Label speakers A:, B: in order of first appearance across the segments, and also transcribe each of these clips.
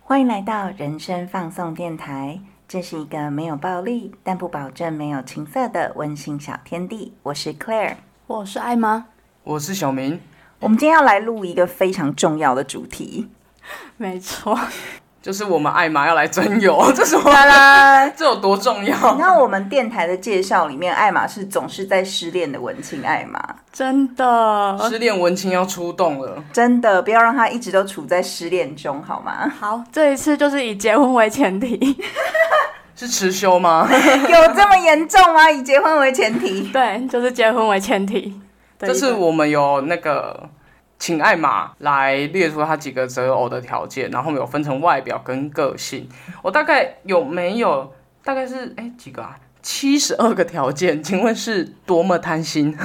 A: 欢迎来到人生放送电台，这是一个没有暴力，但不保证没有情色的温馨小天地。我是 Claire，
B: 我是爱吗？
C: 我是小明。
A: 我们今天要来录一个非常重要的主题，
B: 没错，
C: 就是我们艾玛要来征友， 这什么？ 这有多重要？
A: 那我们电台的介绍里面，艾玛是总是在失恋的文青艾玛，
B: 真的。
C: 失恋文青要出动了，
A: 真的不要让她一直都处在失恋中，好吗？
B: 好，这一次就是以结婚为前提，
C: 是持修吗？
A: 有这么严重吗？以结婚为前提？
B: 对，就是结婚为前提。对
C: 这次我们有那个请艾玛来列出她几个择偶的条件，然后我们有分成外表跟个性。我大概有没有？大概是哎几个啊？七十二个条件，请问是多么贪心？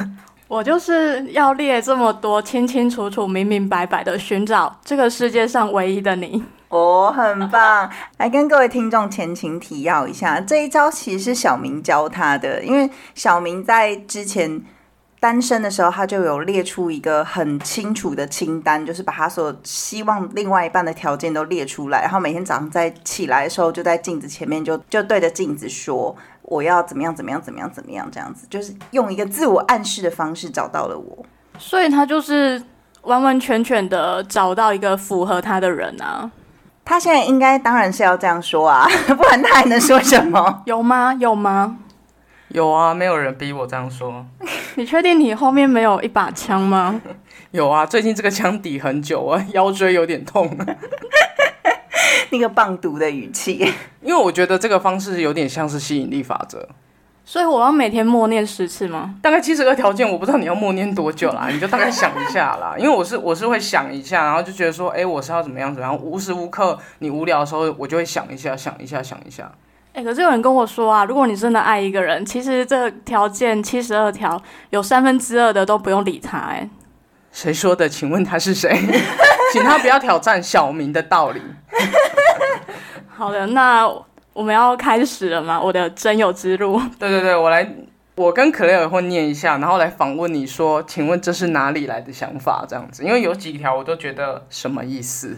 B: 我就是要列这么多，清清楚楚、明明白白的寻找这个世界上唯一的你。
A: 哦，很棒！来跟各位听众前情提要一下，这一招其实是小明教他的，因为小明在之前单身的时候，他就有列出一个很清楚的清单，就是把他所希望另外一半的条件都列出来，然后每天早上在起来的时候，就在镜子前面就就对着镜子说。我要怎么样？怎么样？怎么样？怎么样？这样子，就是用一个自我暗示的方式找到了我。
B: 所以他就是完完全全的找到一个符合他的人啊？
A: 他现在应该当然是要这样说啊， 不然他还能说什么？
B: 有吗？有吗？
C: 有啊，没有人逼我这样说。
B: 你确定你后面没有一把枪吗？
C: 有啊，最近这个枪抵很久啊，腰椎有点痛。
A: 那个棒读的语气。
C: 因为我觉得这个方式有点像是吸引力法则。
B: 所以我要每天默念十次吗？
C: 大概七十个条件，我不知道你要默念多久啦，你就大概想一下啦。因为我是我是会想一下，然后就觉得说，哎、我是要怎么样怎么样，无时无刻你无聊的时候，我就会想一下，想一下，想一下。
B: 哎、可是有人跟我说啊，如果你真的爱一个人，其实这条件七十二条有三分之二的都不用理他、哎，
C: 谁说的？请问他是谁？请他不要挑战小明的道理。
B: 好的，那我们要开始了吗？我的真友之路。
C: 对对对，我来，我跟可雷尔会念一下，然后来访问你说，请问这是哪里来的想法？这样子，因为有几条我都觉得什么意思。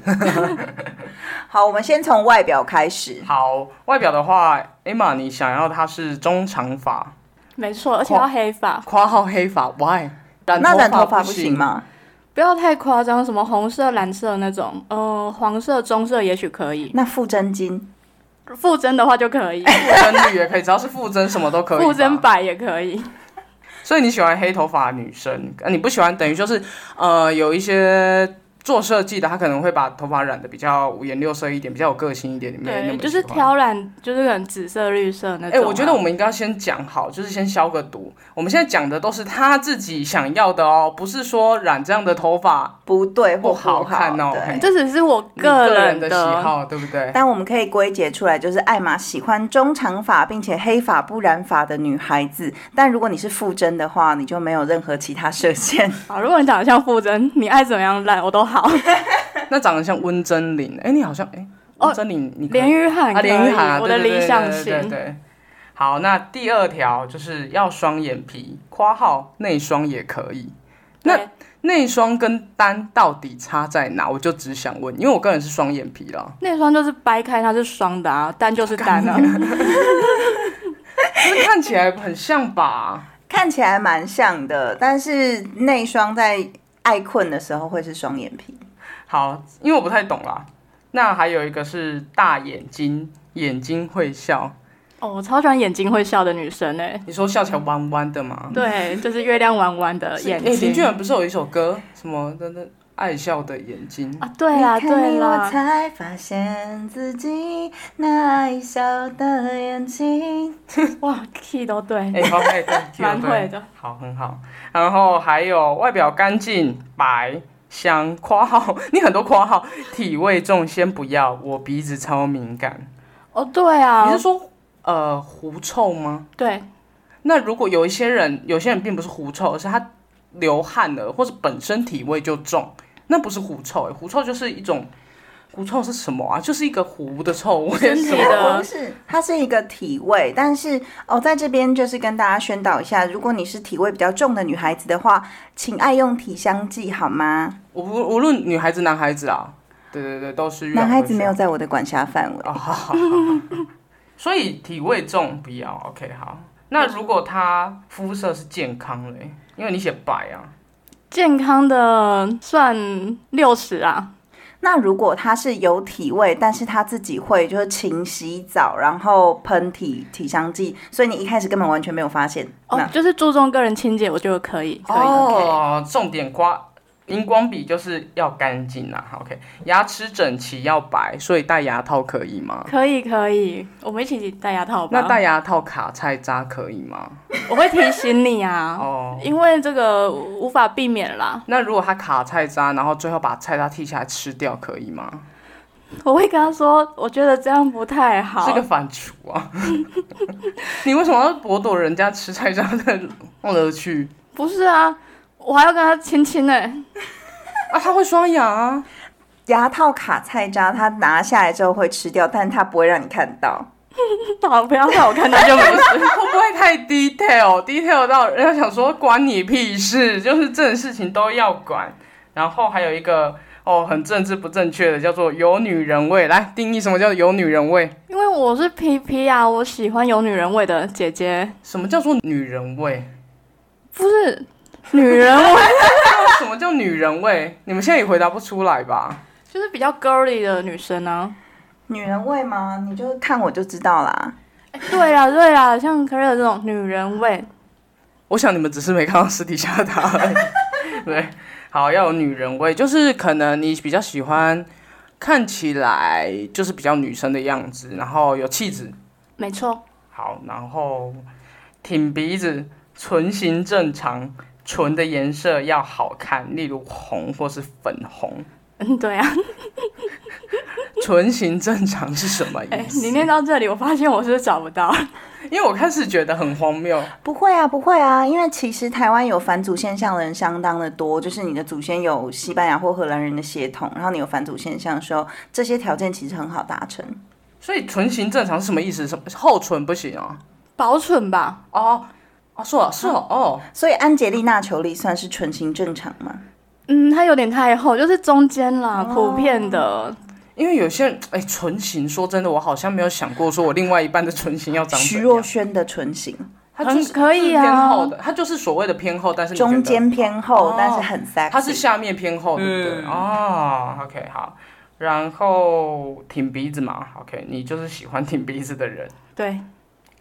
A: 好，我们先从外表开始。
C: 好，外表的话，艾玛，你想要他是中长发，
B: 没错，而且要哦黑发，
C: 括号黑发 why？染
A: 那染头
C: 头
A: 发
C: 发
A: 不
C: 不
A: 行
C: 行？
A: 吗？
B: 不要太夸张，什么红色、蓝色那种，呃，黄色、棕色也许可以，
A: 那附真金
B: 附针的话就可以，
C: 附真女也可以，只要是附真什么哎都可以。
B: 附针。白也可以。
C: 所以你喜欢黑头发的女生，呃你不喜欢等于就是呃有一些。做设计的，她可能会把头发染的比较五颜六色一点，比较有个性一点，你没有那
B: 对，
C: 么
B: 就是
C: 喜欢。
B: 挑染，就是很紫色、绿色那种啊、
C: 哎、我觉得我们应该要先讲好，就是先消个毒。我们现在讲的都是她自己想要的哦，不是说染这样的头发
A: 不对或
C: 不好
A: 好
C: 看哦。
A: 对
C: 嘿
B: 这只是我
C: 你个
B: 人
C: 的喜好，对不对？
A: 但我们可以归结出来，就是艾玛喜欢中长发并且黑发不染发的女孩子。但如果你是附真的话，你就没有任何其他射线。
B: 好，如果你长得像傅征，你爱怎么样烂我都好。
C: 那长得像温真菱，哎、你好像哎、
B: 哦
C: 温真菱，你可以
B: 连于涵可以，
C: 啊，林雨涵啊，
B: 我的
C: 对对
B: 理
C: 对
B: 想
C: 对对对
B: 型。
C: 对好，那第二条就是要双眼皮，括号内双也可以。那
B: 对
C: 内双跟单到底差在哪？我就只想问，因为我个人是双眼皮啦。
B: 那双就是掰开它是双的啊，单就是 单啊。
C: 就是看起来很像吧？
A: 看起来蛮像的，但是内双在爱困的时候会是双眼皮。
C: 好，因为我不太懂啦。那还有一个是大眼睛，眼睛会笑。
B: 哦，我超喜欢眼睛会笑的女生哎、
C: 你说笑起来弯弯的吗？
B: 对，就是月亮弯弯的
C: 是
B: 眼
C: 诶哎林俊
B: 睛。
C: 远不是有一首歌什么的那爱笑的眼睛？
B: 啊，对啦，
A: 你看
B: 对
A: 你我
B: 啦，
A: 才发现自己那爱笑的眼睛。
B: 哇，key 都对，
C: 哎、好，哎、对，记得
B: 蛮会
C: 对
B: 的。
C: 好，很好。然后还有外表干净、白、香（括号），你很多括号，体味重先不要，我鼻子超敏感。
B: 哦，对啊
C: 你是，说呃狐臭吗？
B: 对，
C: 那如果有一些人，有些人并不是狐臭，而是他流汗了，或者本身体味就重，那不是狐臭、欸，狐臭就是一种狐臭是什么啊？就是一个狐的臭味，
B: 身体
C: 什
B: 对
C: 么
B: 的
A: 不是，它是一个体味，但是哦，在这边就是跟大家宣导一下，如果你是体味比较重的女孩子的话，请爱用体香剂好吗？
C: 无无论女孩子男孩子啊，对对对，都是遇到
A: 男孩子没有
C: 会
A: 在我的管辖范围。
C: 说啊、好好好所以体味重不要。OK，好。那如果他肤色是健康嘞，因为你写白啊，
B: 健康的算六十啊，
A: 那如果她是有体味，但是她自己会就是勤洗澡，然后喷体体香剂，所以你一开始根本完全没有发现。
B: 哦
A: 那，
B: 就是注重个人清洁，我觉得可以，可以。
C: 哦，重点刮荧光笔就是要干净啊。OK，牙齿整齐要白，所以戴牙套可以吗？
B: 可以可以，我们一起戴牙套吧。
C: 那戴牙套卡菜渣可以吗？
B: 我会提醒你啊，
C: 哦，
B: 因为这个无法避免啦。
C: 那如果他卡菜渣，然后最后把菜渣剔下来吃掉，可以吗？
B: 我会跟他说，我觉得这样不太好。
C: 是个反刍啊！ 你为什么要剥夺人家吃菜渣的乐趣
B: 不是啊，我还要跟他亲亲呢、
C: 啊？他会刷牙、啊，
A: 牙套卡菜渣，它拿下来之后会吃掉，但它不会让你看到。
B: 好，不要让我看到 就没事。
C: 会不会太 detail？detail 到人家想说关你屁事，就是这种事情都要管。然后还有一个哦，很政治不正确的叫做有女人味。来定义什么叫有女人味？
B: 因为我是 P P 啊，我喜欢有女人味的姐姐，
C: 什么叫做女人味？
B: 不是女人味，
C: 什么叫女人味？你们现在也回答不出来吧？
B: 就是比较 girly 的女生啊。
A: 女人味吗？你就是看我就知道啦。
B: 对啊，对啊，像 c a r r 这种女人味，
C: 我想你们只是没看到私底下的他而已。对，好，要有女人味，就是可能你比较喜欢看起来就是比较女生的样子，然后有气质，
B: 没错，
C: 好，然后挺鼻子，唇型正常，唇的颜色要好看，例如红或是粉红。
B: 嗯，对 啊。
C: 唇型正常是什么
B: 哎
C: 意，思
B: 你？念到这里，我发现我是找不到。
C: 因为我开始觉得很荒谬。
A: 不会啊，不会啊，因为其实台湾有反祖现象的人相当的多，就是你的祖先有西班牙或荷兰人的血统，然后你有反祖现象的时候，这些条件其实很好达成。
C: 所以唇型正常是什么意思？什么厚唇不行啊？
B: 保蠢吧，
C: 哦，哦，是哦，是哦，哦。
A: 所以安杰丽娜·裘丽算是唇型正常吗？
B: 嗯，它有点太厚，就是中间啦，普遍的。
C: 因为有些人，哎、唇型，说真的，我好像没有想过，说我另外一半的唇型要长
A: 徐
C: 怎
A: 若
C: 样。
A: 瑄的唇型
C: 它就是
B: 很可以啊
C: 是偏厚的，它就是所谓的偏厚，但是你觉得
A: 中，间偏厚，
C: 哦
A: 但是很 sexy。
C: 它是下面偏厚，对不
A: 嗯
C: 对？哦，OK，好。然后挺鼻子嘛，OK，你就是喜欢挺鼻子的人
B: 对，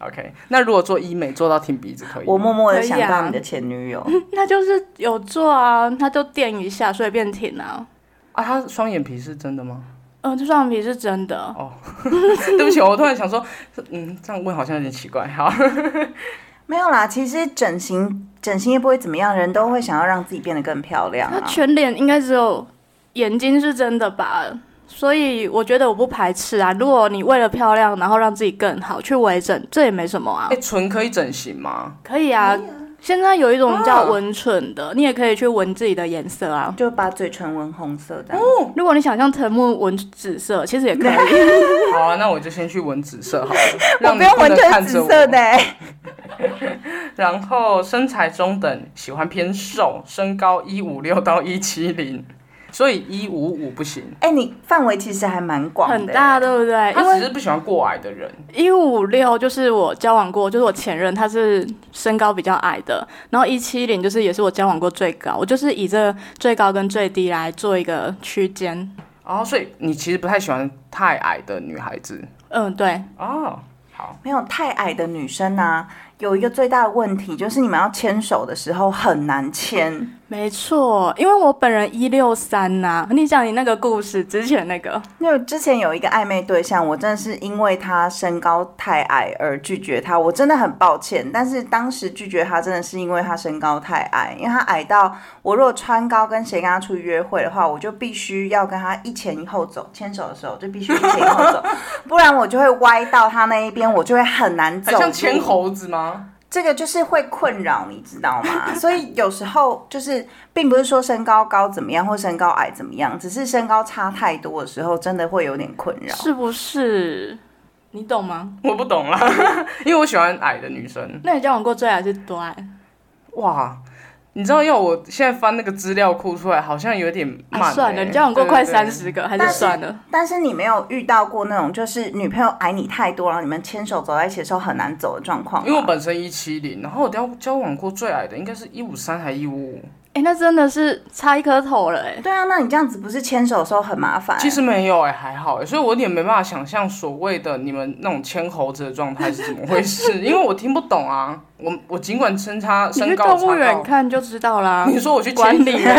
C: ，OK。那如果做医美做到挺鼻子可以吗？
A: 我默默的
B: 可以啊
A: 想到你的前女友，
C: 啊
B: 那就是有做啊，它就垫一下，所以变挺啊。
C: 啊，他双眼皮是真的吗？
B: 嗯，这双眼皮是真的，
C: 对不起，我突然想说，嗯，这样问好像有点奇怪。好，
A: 没有啦。其实整形整形也不会怎么样，人都会想要让自己变得更漂亮
B: 它
A: 啊。
B: 全脸应该只有眼睛是真的吧？所以我觉得我不排斥啊。如果你为了漂亮，然后让自己更好去微整，这也没什么啊
C: 哎、，唇可以整形吗？
B: 可以啊。现在有一种叫纹唇的，你也可以去纹自己的颜色啊。
A: 就把嘴唇纹红色这样。
B: 如果你想像藤木纹紫色，其实也可以。
C: 好啊，那我就先去纹紫色好了，
A: 我
C: 让
A: 不
C: 你
A: 用
C: 不
A: 纹
C: 能看
A: 成
C: 着
A: 紫
C: 我
A: 色的、欸，
C: 然后身材中等，喜欢偏瘦，身高一五六到一七零，所以一五五不行。
A: 哎、你范围其实还蛮广的、
B: 很大，对不对？因
C: 他只
B: 为
C: 是不喜欢过矮的人，
B: 一五六就是我交往过，就是我前任，他是身高比较矮的，然后一七零就是也是我交往过最高，我就是以这最高跟最低来做一个区间。
C: 然哦后所以你其实不太喜欢太矮的女孩子
B: 嗯，对，
C: 哦。好，
A: 没有太矮的女生啊，有一个最大的问题就是你们要牵手的时候很难牵。
B: 没错，因为我本人一六三呐，你讲你那个故事之前那个，
A: 因为之前有一个暧昧对象，我真的是因为他身高太矮而拒绝他，我真的很抱歉。但是当时拒绝他真的是因为他身高太矮，因为他矮到我如果穿高跟鞋跟他出去约会的话，我就必须要跟他一前一后走，牵手的时候就必须一前一后走，不然我就会歪到他那一边，我就会很难走
C: 还
A: 路。
C: 像牵猴子吗？
A: 这个就是会困扰，你知道吗？ 所以有时候就是，并不是说身高高怎么样或身高矮怎么样，只是身高差太多的时候，真的会有点困扰。
B: 是不是？你懂啊吗？
C: 我不懂啦， 因为我喜欢矮的女生。
B: 那你交往过最矮是多矮？
C: 哇，你知道要我现在翻那个资料库出来，好像有点慢、
B: 啊、
C: 欸
B: 算了，你交往过快三，十个，还是
A: 但是
B: 算了。
A: 但是你没有遇到过那种就是女朋友矮你太多，然后你们牵手走在一起的时候很难走的状况
C: 对
A: 吗。
C: 对对因为我本身一七零，然后我交交往过最矮的应该是一五三还一五五，
B: 哎、那真的是差一颗头了哎、
A: 对啊，那你这样子不是牵手的时候很麻烦？
C: 其实没有哎、还好哎、所以我有点没办法想象所谓的你们那种牵猴子的状态是怎么回 事，因为我听不懂啊。我我尽管身差
B: 你
C: 身
B: 去动
C: 高
B: 物
C: 差
B: 园
C: 高，
B: 看就知道啦。
C: 你说我去
B: 管
C: 牵
B: 理
C: 人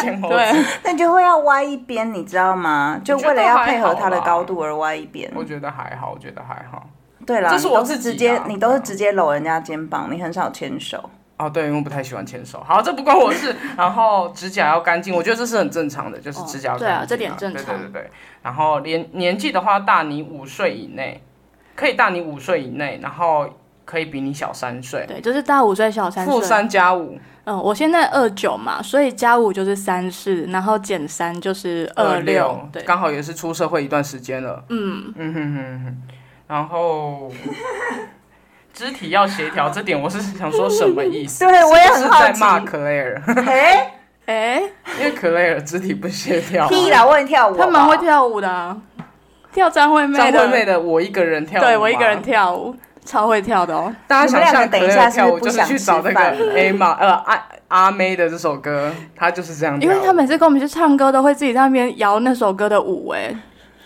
C: 牵猴子，
B: 对，
A: 那你就会要歪一边，你知道吗？就为了要配合它的高度而歪一边。
C: 我觉得还好，我觉得还好。
A: 对啦，
C: 这是
A: 你
C: 我
A: 都是
C: 自己啊
A: 直接，你都是直接搂人家肩膀，你很少牵手。
C: 哦，对，因为我不太喜欢牵手。好，这不关我事。 然后指甲要干净，我觉得这是很正常的，就是
B: 哦
C: 指甲要干净、
B: 对啊这点正
C: 对对
B: 常
C: 对对。然后年年纪的话，大你五岁以内，可以大你五岁以内，然后可以比你小三岁，
B: 对，就是大五岁小三
C: 负
B: 岁。
C: 三加五，
B: 嗯，我现在二九嘛，所以加五就是三四，然后减三就是二
C: 六，
B: 对，
C: 刚好也是出社会一段时间了。
B: 嗯，
C: 嗯哼哼哼，然后 肢体要协调，这点我是想说什么意思？
A: 对我也很
C: 是
A: 好
C: 在
A: 奇
C: 骂 克莱尔，
A: 哎，
B: 哎、
C: 因为克莱尔肢体不协调啊。
A: 踢啦，问你跳舞，哦
B: 他蛮会。跳舞的、啊，跳张惠妹
C: 张
B: 的，
C: 惠妹的《我一个人跳舞》，
B: 对我一个人。跳舞，超会跳的哦。
C: 大家想象可
A: 你们两个等一下
C: 能
A: 是
C: 跳
A: 不
C: 舞
A: 是
C: 就是去找那
A: 不想吃
C: 个 A 嘛，呃阿阿妹的这首歌，她就是这样
B: 因
C: 跳
B: 为她每次跟我们去唱歌，都会自己在那边摇那首歌的舞，哎，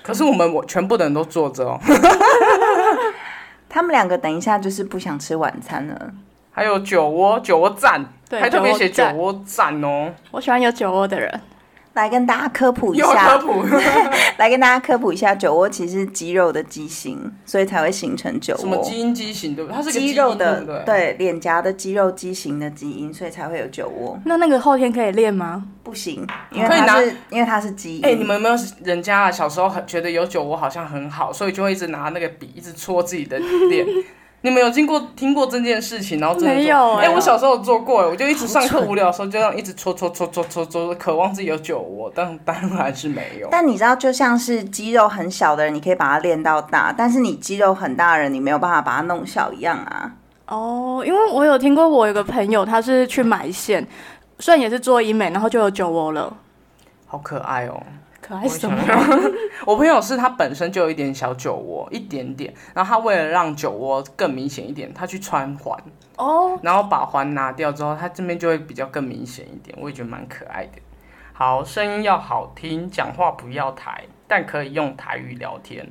C: 可是我们我全部的人都坐着哦，
A: 他们两个等一下就是不想吃晚餐了。
C: 还有酒窝酒窝站，
B: 对
C: 还特别写
B: 酒窝
C: 酒
B: 站
C: 窝站哦，
B: 我喜欢有酒窝的人。
A: 来跟大家科普一
C: 又科
A: 下，
C: 普。
A: 来跟大家科普一下，酒窝其实是肌肉的畸形，所以才会形成酒
C: 什么
A: 窝。
C: 基因畸形对不对？它是个
A: 肌
C: 基因
A: 肉
C: 对不
A: 的
C: 对？
A: 对脸颊的肌肉畸形的基因，所以才会有酒窝。
B: 那那个后天可以练吗？
A: 不行，因为
C: 可以
A: 它
C: 拿
A: 是因为它是基因。
C: 哎、你们有没有人家啊？小时候很觉得有酒窝好像很好，所以就会一直拿那个笔一直戳自己的脸。你们有经过听过这件事情，然后真的做
B: 没有
C: 哎、
B: 哎
C: 我小时候有做过哎，我就一直上
A: 好
C: 课
A: 蠢
C: 无聊的时候就让一直戳戳戳戳戳戳，渴望自己有酒窝，但当然是没有。
A: 但你知道，就像是肌肉很小的人，你可以把它练到大，但是你肌肉很大的人，你没有办法把它弄小一样啊。
B: 哦，因为我有听过，我有个朋友，他是去买线，虽然也是做医美，然后就有酒窝了，
C: 好可爱哦！
B: 可爱什
C: 我
B: 么
C: 也？我朋友是他本身就有一点小酒窝，一点点，然后他为了让酒窝更明显一点，他去穿环，
B: 哦，
C: 然后把环拿掉之后，它这边就会比较更明显一点，我也觉得蛮可爱的。好，声音要好听，讲话不要台，但可以用台语聊天。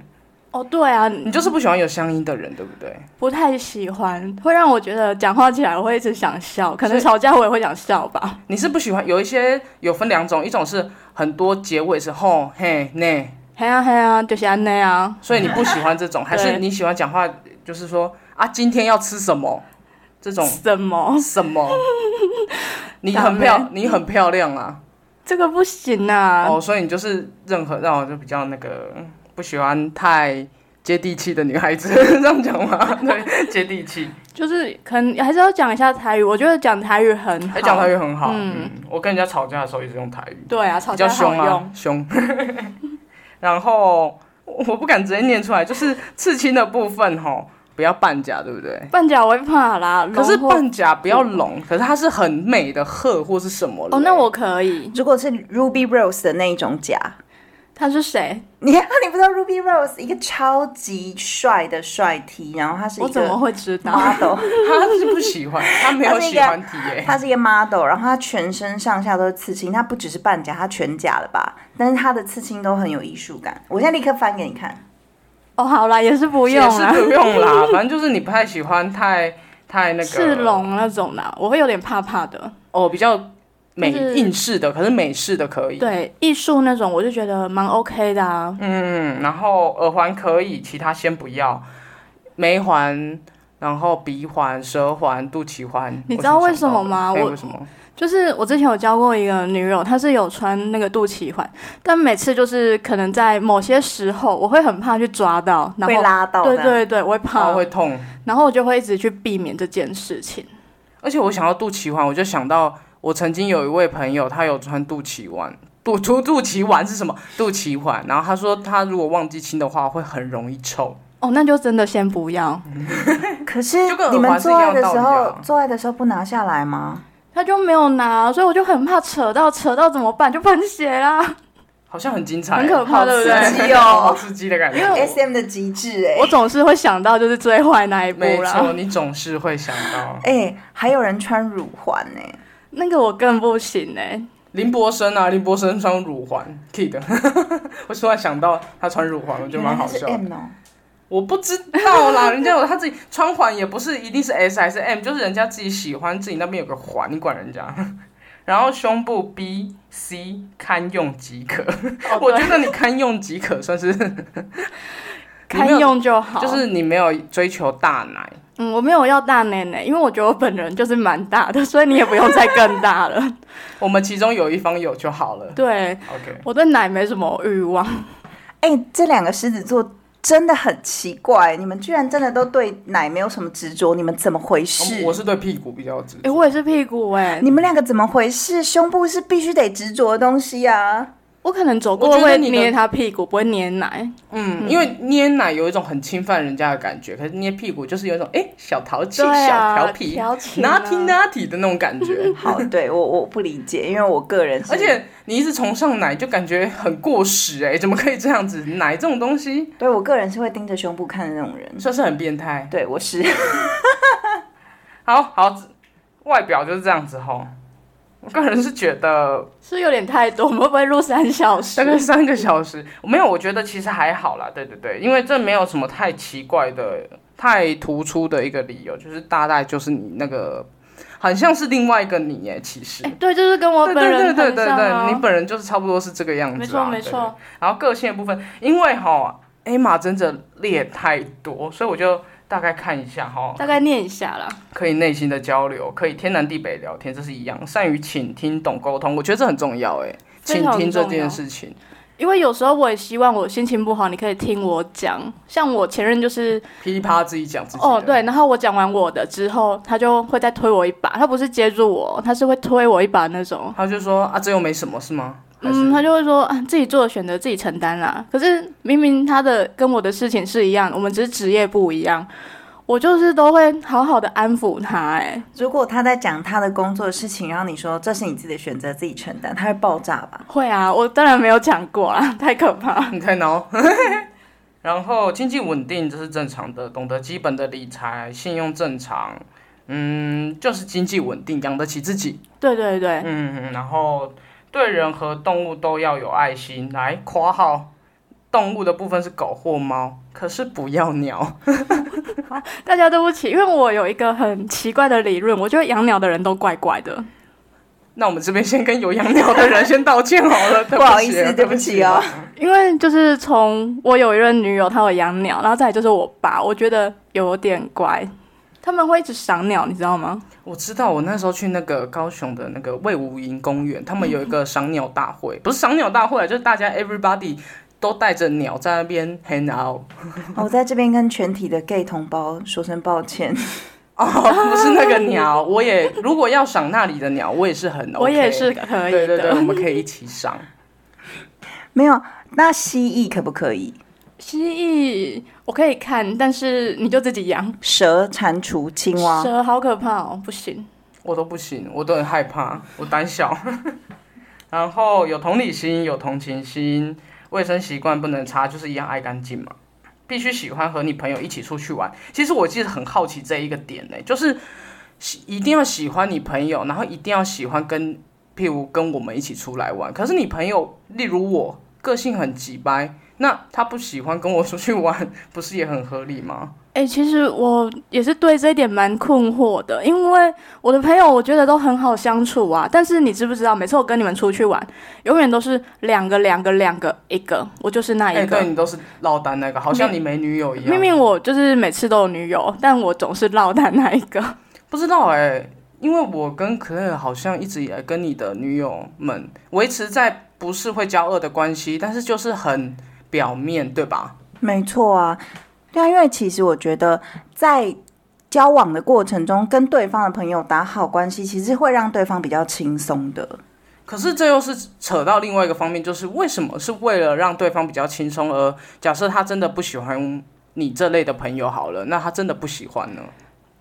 B: 哦，对啊，
C: 你就是不喜欢有乡音的人，对不对？
B: 不太喜欢，会让我觉得讲话起来我会一直想笑，可能吵架我也会想笑吧。
C: 你是不喜欢有一些有分两种，一种是很多结尾是吼嘿呢，
B: 嘿啊嘿啊，就是安内啊，
C: 所以你不喜欢这种，还是
B: 对
C: 你喜欢讲话就是说啊今天要吃什么这种
B: 什么？
C: 什么？你
B: 打
C: 很
B: 咩
C: 漂，你很漂亮啊！
B: 这个不行啊！
C: 哦，所以你就是任何让我就比较那个不喜欢太接地气的女孩子， 这样讲 吗？对，接地气，
B: 就是可能还是要讲一下台语，我觉得哎讲台语很好。
C: 还讲台语很好。嗯
B: 嗯
C: 我跟人家吵架的时候一直用台语，
B: 对啊，吵
C: 比较
B: 架好
C: 凶啊
B: 用。，
C: 凶。 然后我我不敢直接念出来，就是刺青的部分吼，不要半假，对不对？
B: 绊脚我会怕啦，
C: 可是
B: 龙或
C: 半假不要拢，可是它是很美的鹤或是什么
B: 哦，那
C: 嘞
B: 我可以。
A: 如果是 Ruby Rose 的那一种甲，
B: 他是谁？
A: 你你不知道 Ruby Rose 一个超级帅的帅 T，然后他是
B: 我
A: 一
B: 怎么
A: 个
B: 会知道？
A: model，
C: 他是不喜欢，他
B: 啊
C: 没有喜欢体耶、
A: 他是一个 model，然后他全身上下都是刺青，他不只是半甲，他全甲了吧？但是他的刺青都很有艺术感。我现在立刻翻给你看，
B: 哦，好啦，也是不用
C: 也是
B: 啦，
C: 不用啦， 反正就是你不太喜欢太太那个
B: 是龙那种啦，我会有点怕怕的。
C: 哦，比较美
B: 就是
C: 印式的，可是美式的可以。，
B: 对，艺术那种我就觉得蛮 OK 的啊。
C: 嗯，然后耳环可以，其他先不要。眉环然后鼻环、舌环、肚脐环。
B: 你知道
C: 我
B: 为什么吗
C: 我
B: 我
C: 哎为什么？
B: 就是我之前有交过一个女友，她是有穿那个肚脐环，但每次就是可能在某些时候，我会很怕去抓到，然
A: 会
B: 后
A: 拉到
B: 对
A: 的。
B: 对对，我会怕，
C: 它哦会痛，
B: 然后我就会一直去避免这件事情。
C: 而且我想到肚脐环，我就想到我曾经有一位朋友，他有穿肚脐环。肚肚肚脐环是什么？肚脐环。然后他说，他如果忘记清的话，会很容易臭。
B: 哦，那就真的先不要，
A: 可是
C: 就跟耳
A: 你们
C: 环是一
A: 做爱
C: 样
A: 的
C: 道
A: 时
C: 理
A: 候
C: 啊，
A: 做爱的时候不拿下来吗？
B: 她就没有拿，所以我就很怕扯到，扯到怎么办？就喷血啊 啦，
C: 好像很精彩，
B: 很可怕，
A: 好
B: 对不
A: 刺激
B: 对？
A: 哦
C: 好刺激的感 觉。
B: 因为
A: S M 的极致哎、
B: 我总是会想到就是最坏那一步
C: 没错，
B: 啦，
C: 你总是会想到
A: 哎、还有人穿乳环哎、
B: 那个我更不行哎、
C: 林柏生啊，林柏生穿乳环，kid，我 突然想到他穿乳环，我觉得蛮好笑
A: 原来他 是 M 哦，
C: 我不知道啦， 人家有他自己穿环，也不是一定是 S 还是 M，就是人家自己喜欢，自己那边有个环，你管人家。然后胸部 B、C 堪用即可，
B: 哦
C: 我
B: 对
C: 觉得你堪用即可，算是你
B: 堪
C: 没有
B: 用就好，
C: 就是你没有追求大奶，
B: 嗯，我没有要大奶奶，因为我觉得我本人就是蛮大的，所以你也不用再更大了。
C: 我们其中有一方有就好了。
B: 对
C: OK，
B: 我对奶没什么欲望，
A: 哎、这两个狮子座真的很奇怪，你们居然真的都对奶没有什么执着，你们怎么回事？
C: 我是对屁股比较直
B: 哎、。我也是屁股哎、
A: 你们两个怎么回事？胸部是必须得执着的东西啊！。
B: 我可能走
C: 我
B: 过
C: 觉得
B: 会
C: 你的
B: 捏他屁股，不会捏奶。
C: 嗯，因为捏奶有一种很侵犯人家的感觉，可是捏屁股就是有一种哎、诶小淘气、
B: 对啊，
C: 小调皮、
B: 调情啊
C: naughty naughty 的那种感 觉
A: 好，对我我不理解，因为我个人是
C: 而且你一直崇尚奶，就感觉很过时哎、怎么可以这样子？奶这种东西
A: 对我个人是会盯着胸部看的那种人。
C: 算是很变态。
A: 对，我是
C: 好好，外表就是这样子吼。我个人是觉得
B: 是有点太多，我们会不会录三小时
C: 大？概三个小时，没有，我觉得其实还好啦。对对对，因为这没有什么太奇怪的、太突出的一个理由，就是大概就是你那个，好像是另外一个你耶，其实。
B: 哎、对，就是跟我
C: 对
B: 本
C: 对对
B: 人
C: 对
B: 很
C: 对
B: 像啊。
C: 对，你本人就是差不多是这个样子、啊，
B: 没错没
C: 对
B: 错。
C: 然后个性的部分，因为哈艾玛真的列太多，所以我就大概看一下哈，
B: 大概念一下啦。
C: 可以内心的交流，可以天南地北聊天，这是一样。善于倾听、懂沟通，我觉得这很重要哎，
B: 非
C: 倾
B: 常
C: 听这
B: 重要
C: 件事情。
B: 因为有时候我也希望我心情不好，你可以听我讲。像我前任就是
C: 噼里啪啦自己讲自己的
B: 哦，对，然后我讲完我的之后，他就会再推我一把，他不是接住我，他是会推我一把那种。
C: 他就说啊，这又没什么是吗？还是
B: 嗯，他就会说啊，自己做的选择自己承担啦。可是明明他的跟我的事情是一样，我们只是职业不一样，我就是都会好好的安抚他、哎，
A: 如果他在讲他的工作的事情，然后你说这是你自己的选择，自己承担，他会爆炸吧？
B: 会啊，我当然没有讲过啦， 太可怕。
C: 你看哦。 然后经济稳定这是正常的，懂得基本的理财，信用正常，嗯，就是经济稳定，养得起自己，
B: 对对对，
C: 嗯，然后对人和动物都要有爱心。来，括号动物的部分是狗或猫，可是不要鸟。
B: 大家对不起，因为我有一个很奇怪的理论，我觉得养鸟的人都怪怪的。
C: 那我们这边先跟有养鸟的人先道歉好了，对
A: 不好
C: 起啊
A: 意思
C: 对
A: 对不起
C: 起
A: 哦。
B: 因为就是从我有一任女友，她有养鸟，然后再来就是我爸，我觉得有点乖，他们会一直赏鸟，你知道吗？
C: 我知道，我那时候去那个高雄的那个魏武营公园，他们有一个赏鸟大会，不是赏鸟大会啊，就是大家 everybody 都带着鸟在那边 hang out。
A: 我在这边跟全体的 gay 同胞说声抱歉，
C: 哦，不是那个鸟，我也如果要赏那里的鸟，我也是很 OK，
B: 我也是可以的。
C: 对对对，我们可以一起赏。
A: 没有。那蜥蜴可不可以？
B: 蜥蜴我可以看，但是你就自己养。
A: 蛇、蟾蜍、青蛙，
B: 蛇好可怕哦，不行。
C: 我都不行，我都很害怕，我胆小。 然后有同理心，有同情心，卫生习惯不能差，就是一样爱干净嘛。必须喜欢和你朋友一起出去玩。其实我其实很好奇这一个点呢、就是喜一定要喜欢你朋友，然后一定要喜欢跟，譬如跟我们一起出来玩。可是你朋友，例如我，个性很急掰，那他不喜欢跟我出去玩， 不是也很合理吗？
B: 哎、其实我也是对这一点蛮困惑的，因为我的朋友我觉得都很好相处啊，但是你知不知道，每次我跟你们出去玩，永远都是两个两个两个一个，我就是那一
C: 哎、
B: 个。
C: 对你都是落单那个，好像你没女友一样。
B: 明明我就是每次都有女友，但我总是落单那一个。
C: 不知道哎、因为我跟可乐好像一直以来跟你的女友们维持在不是会交恶的关系，但是就是很表面，对吧？
A: 没错啊，对啊，因为其实我觉得在交往的过程中，跟对方的朋友打好关系，其实会让对方比较轻松的。
C: 可是这又是扯到另外一个方面，就是为什么是为了让对方比较轻松而假设他真的不喜欢你这类的朋友好了，那他真的不喜欢呢？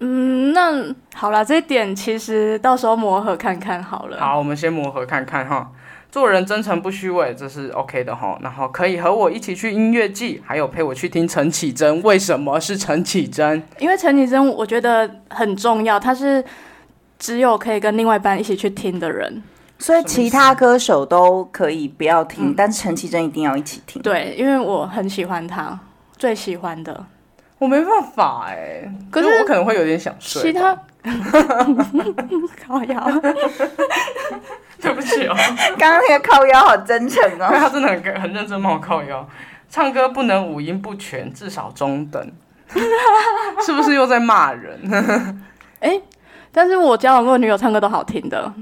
B: 嗯，那好啦，这一点其实到时候磨合看看好了。
C: 好，我们先磨合看看哈。做人真诚不虚伪，这是 OK 的哈。然后可以和我一起去音乐季，还有陪我去听陈绮贞。为什么是陈绮贞？
B: 因为陈绮贞我觉得很重要，她是只有可以跟另外一班一起去听的人。
A: 所以
C: 什么意思
A: 其他歌手都可以不要听，
B: 嗯
A: 但是陈绮贞一定要一起听。
B: 对，因为我很喜欢她，最喜欢的。
C: 我没办法哎、
B: 可
C: 因为我
B: 是
C: 可能会有点想
B: 其
C: 睡吧。
B: 他， 好呀，
C: 对不起哦，
A: 刚刚那个靠腰好真诚
C: 因为
A: 哦，
C: 他真的很很认真帮我靠腰。唱歌不能五音不全，至少中等。 是不是又在骂人？
B: 但是我交往过的女友唱歌都好听的，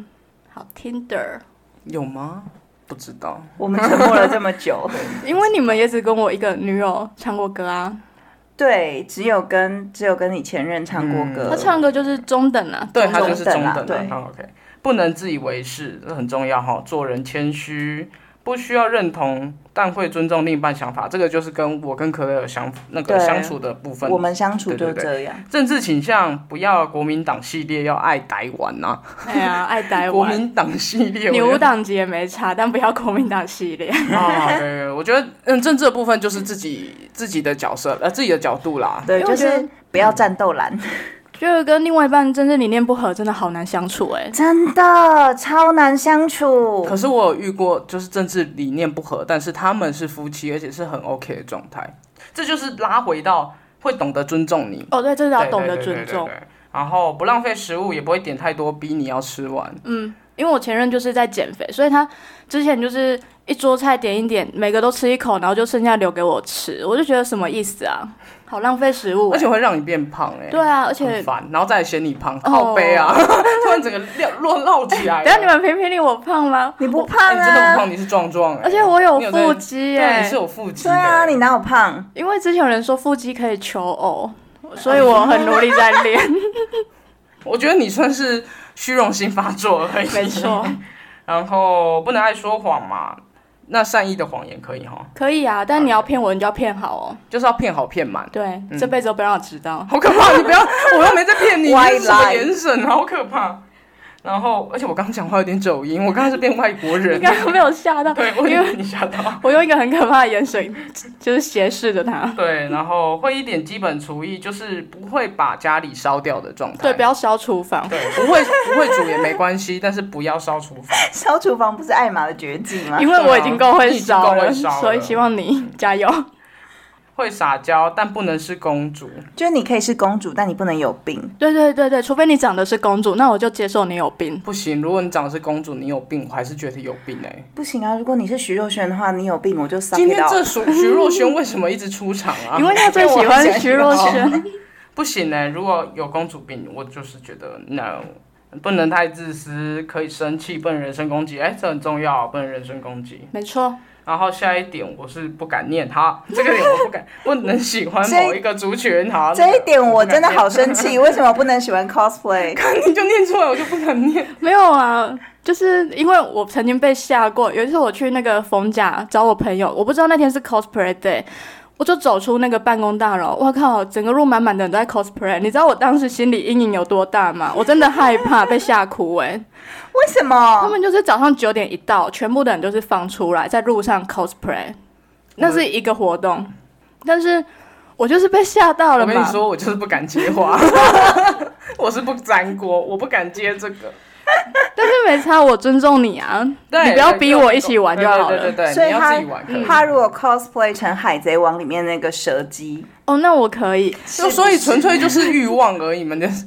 B: 好听的。
C: 有吗？不知道。
A: 我们沉默了这么久，
B: 因为你们也只跟我一个女友唱过歌啊，
A: 对，只有跟只有跟你前任唱过歌，
B: 她嗯唱歌就是中等啊，
C: 呃对，
A: 中
C: 他就是中
A: 等啦
C: 等的。
A: 对
C: 好 OK，不能自以为是，这很重要哈、做人谦虚，不需要认同，但会尊重另一半想法。这个就是跟我跟可乐有相那个
A: 对
C: 相处的部分。
A: 我们相处
C: 对对
A: 就
C: 对
A: 这样。
C: 政治倾向不要国民党系列，要爱台湾啊呐、
B: 哎呀，爱呆
C: 国
B: 玩。
C: 民党系列，我觉
B: 牛
C: 得
B: 党籍也没差，但不要国民党系列。
C: 啊，对对，对我觉得嗯，政治的部分就是自己自己的角色，呃，自己的角度啦。
A: 对，
B: 因为
A: 就
B: 我觉得嗯
A: 是不要战斗蓝，
B: 就是跟另外一半真正理念不合，真的好难相处哎、
A: 真的超难相处。
C: 可是我有遇过，就是政治理念不合，但是他们是夫妻，而且是很 OK 的状态。这就是拉回到会懂得尊重你，
B: 哦，对，这是要
C: 对
B: 懂得尊。重
C: 对对对对。对对然后不浪费食物，也不会点太多，逼你要吃完。
B: 嗯，因为我前任就是在减肥，所以他之前就是一桌菜点一点，每个都吃一口，然后就剩下留给我吃，我就觉得什么意思啊？好浪费食物、
C: 而且
B: 欸。
C: 会让你变胖哎、欸，
B: 对啊，而且
C: 很烦，然后再来嫌你胖，
B: 哦
C: 好悲啊！ 突然整个料落落起来了。
B: 等下你们评评理，我胖吗？
A: 你不
B: 我，
A: 胖
C: 啊哎你真的
A: 啊？
C: 不胖，你是壮壮哎。
B: 而且我有
C: 你有在
B: 腹肌
C: 对，
B: 哎、
C: 你是有腹肌的
A: 对
C: 欸。
A: 啊，你哪有胖？
B: 因为之前有人说腹肌可以求偶，所以
C: 嗯
B: 我很努力在 练。
C: 我觉得你算是虚荣心发作而已。
B: 没错，
C: 然后不能爱说谎嘛，那善意的谎言可以哈，
B: 可以啊，但你要骗我，你就要骗好哦。
C: 就是要骗好骗满。
B: 对，这辈子都不要让我知道。
C: 好可怕！你不要，我又没在骗你，你
A: Why
C: 是什么
A: lie？
C: 眼神？好可怕。然后，而且我刚刚讲话有点走音，我刚才是变外国
B: 你
C: 人。
B: 刚刚被我吓到，
C: 对，我
B: 因
C: 也
B: 为
C: 被你吓到。
B: 我用一个很可怕的眼神，就是斜视着他。
C: 对，然后会一点基本厨艺，就是不会把家里烧掉的状态。
B: 对，不要烧厨房。
C: 对，不会不会煮也没关系，但是不要烧厨房。
A: 烧厨房不是艾玛的绝技吗
B: 因？为我已经够会烧
C: 啊对啊
B: 了，
C: 你已经够会烧了
B: 所以希望你加 油。
C: 会撒娇，但不能是公主。
A: 就是你可以是公主，但你不能有病。
B: 对对对对，除非你长得是公主，那我就接受你有病。
C: 不行，如果你长得是公主，你有病，我还是觉得有病哎、
A: 不行啊！如果你是徐若瑄的话，你有病我就撒
C: 今
A: 给
C: 天
A: 到。
C: 这徐徐若瑄为什么一直出场 啊？
B: 因为他最喜欢徐若
A: 我
B: 瑄，
C: 不行呢、如果有公主病，我就是觉得 no，不能太自私，可以生气，不能人身攻击，哎、这很重要，不能人身攻击。
B: 没错。
C: 然后下一点我是不敢念他， 这个点我不敢，不能喜欢某一个族群哈。
A: 这一点我真的好
C: 深，
A: 生气，为什么不能喜欢 cosplay？
C: 你就念出来，我就不敢念。
B: 没有啊，就是因为我曾经被吓过。有一次我去那个逢甲找我朋友，我不知道那天是 cosplay day，我就走出那个办公大楼，我靠，整个路满满的人都在 cosplay。你知道我当时心理阴影有多大吗？我真的害怕被吓哭哎、
A: 为什
C: 哦
B: 他
A: 么？
B: 们就是早上九点一到，全部的人就是放出来在路上 cosplay，那是一个活动，但是我就是被吓到了
C: 我
B: 嘛。
C: 跟你说，我 就是不敢接话，我是不粘锅，我不敢接这个。
B: 但是没差，我尊重你啊，
C: 对，
B: 你不要逼我一起玩就好
C: 对对
B: 了。
C: 对对
A: 所
C: 对，
A: 以
C: 你要
A: 他
C: 自己玩可以。
A: 他如果 cosplay 成《海贼王》里面那个蛇姬，
B: 哦，那我可以。
A: 是
C: 就
A: 不
C: 所以纯
A: 是
C: 粹就是欲望而已嘛，就是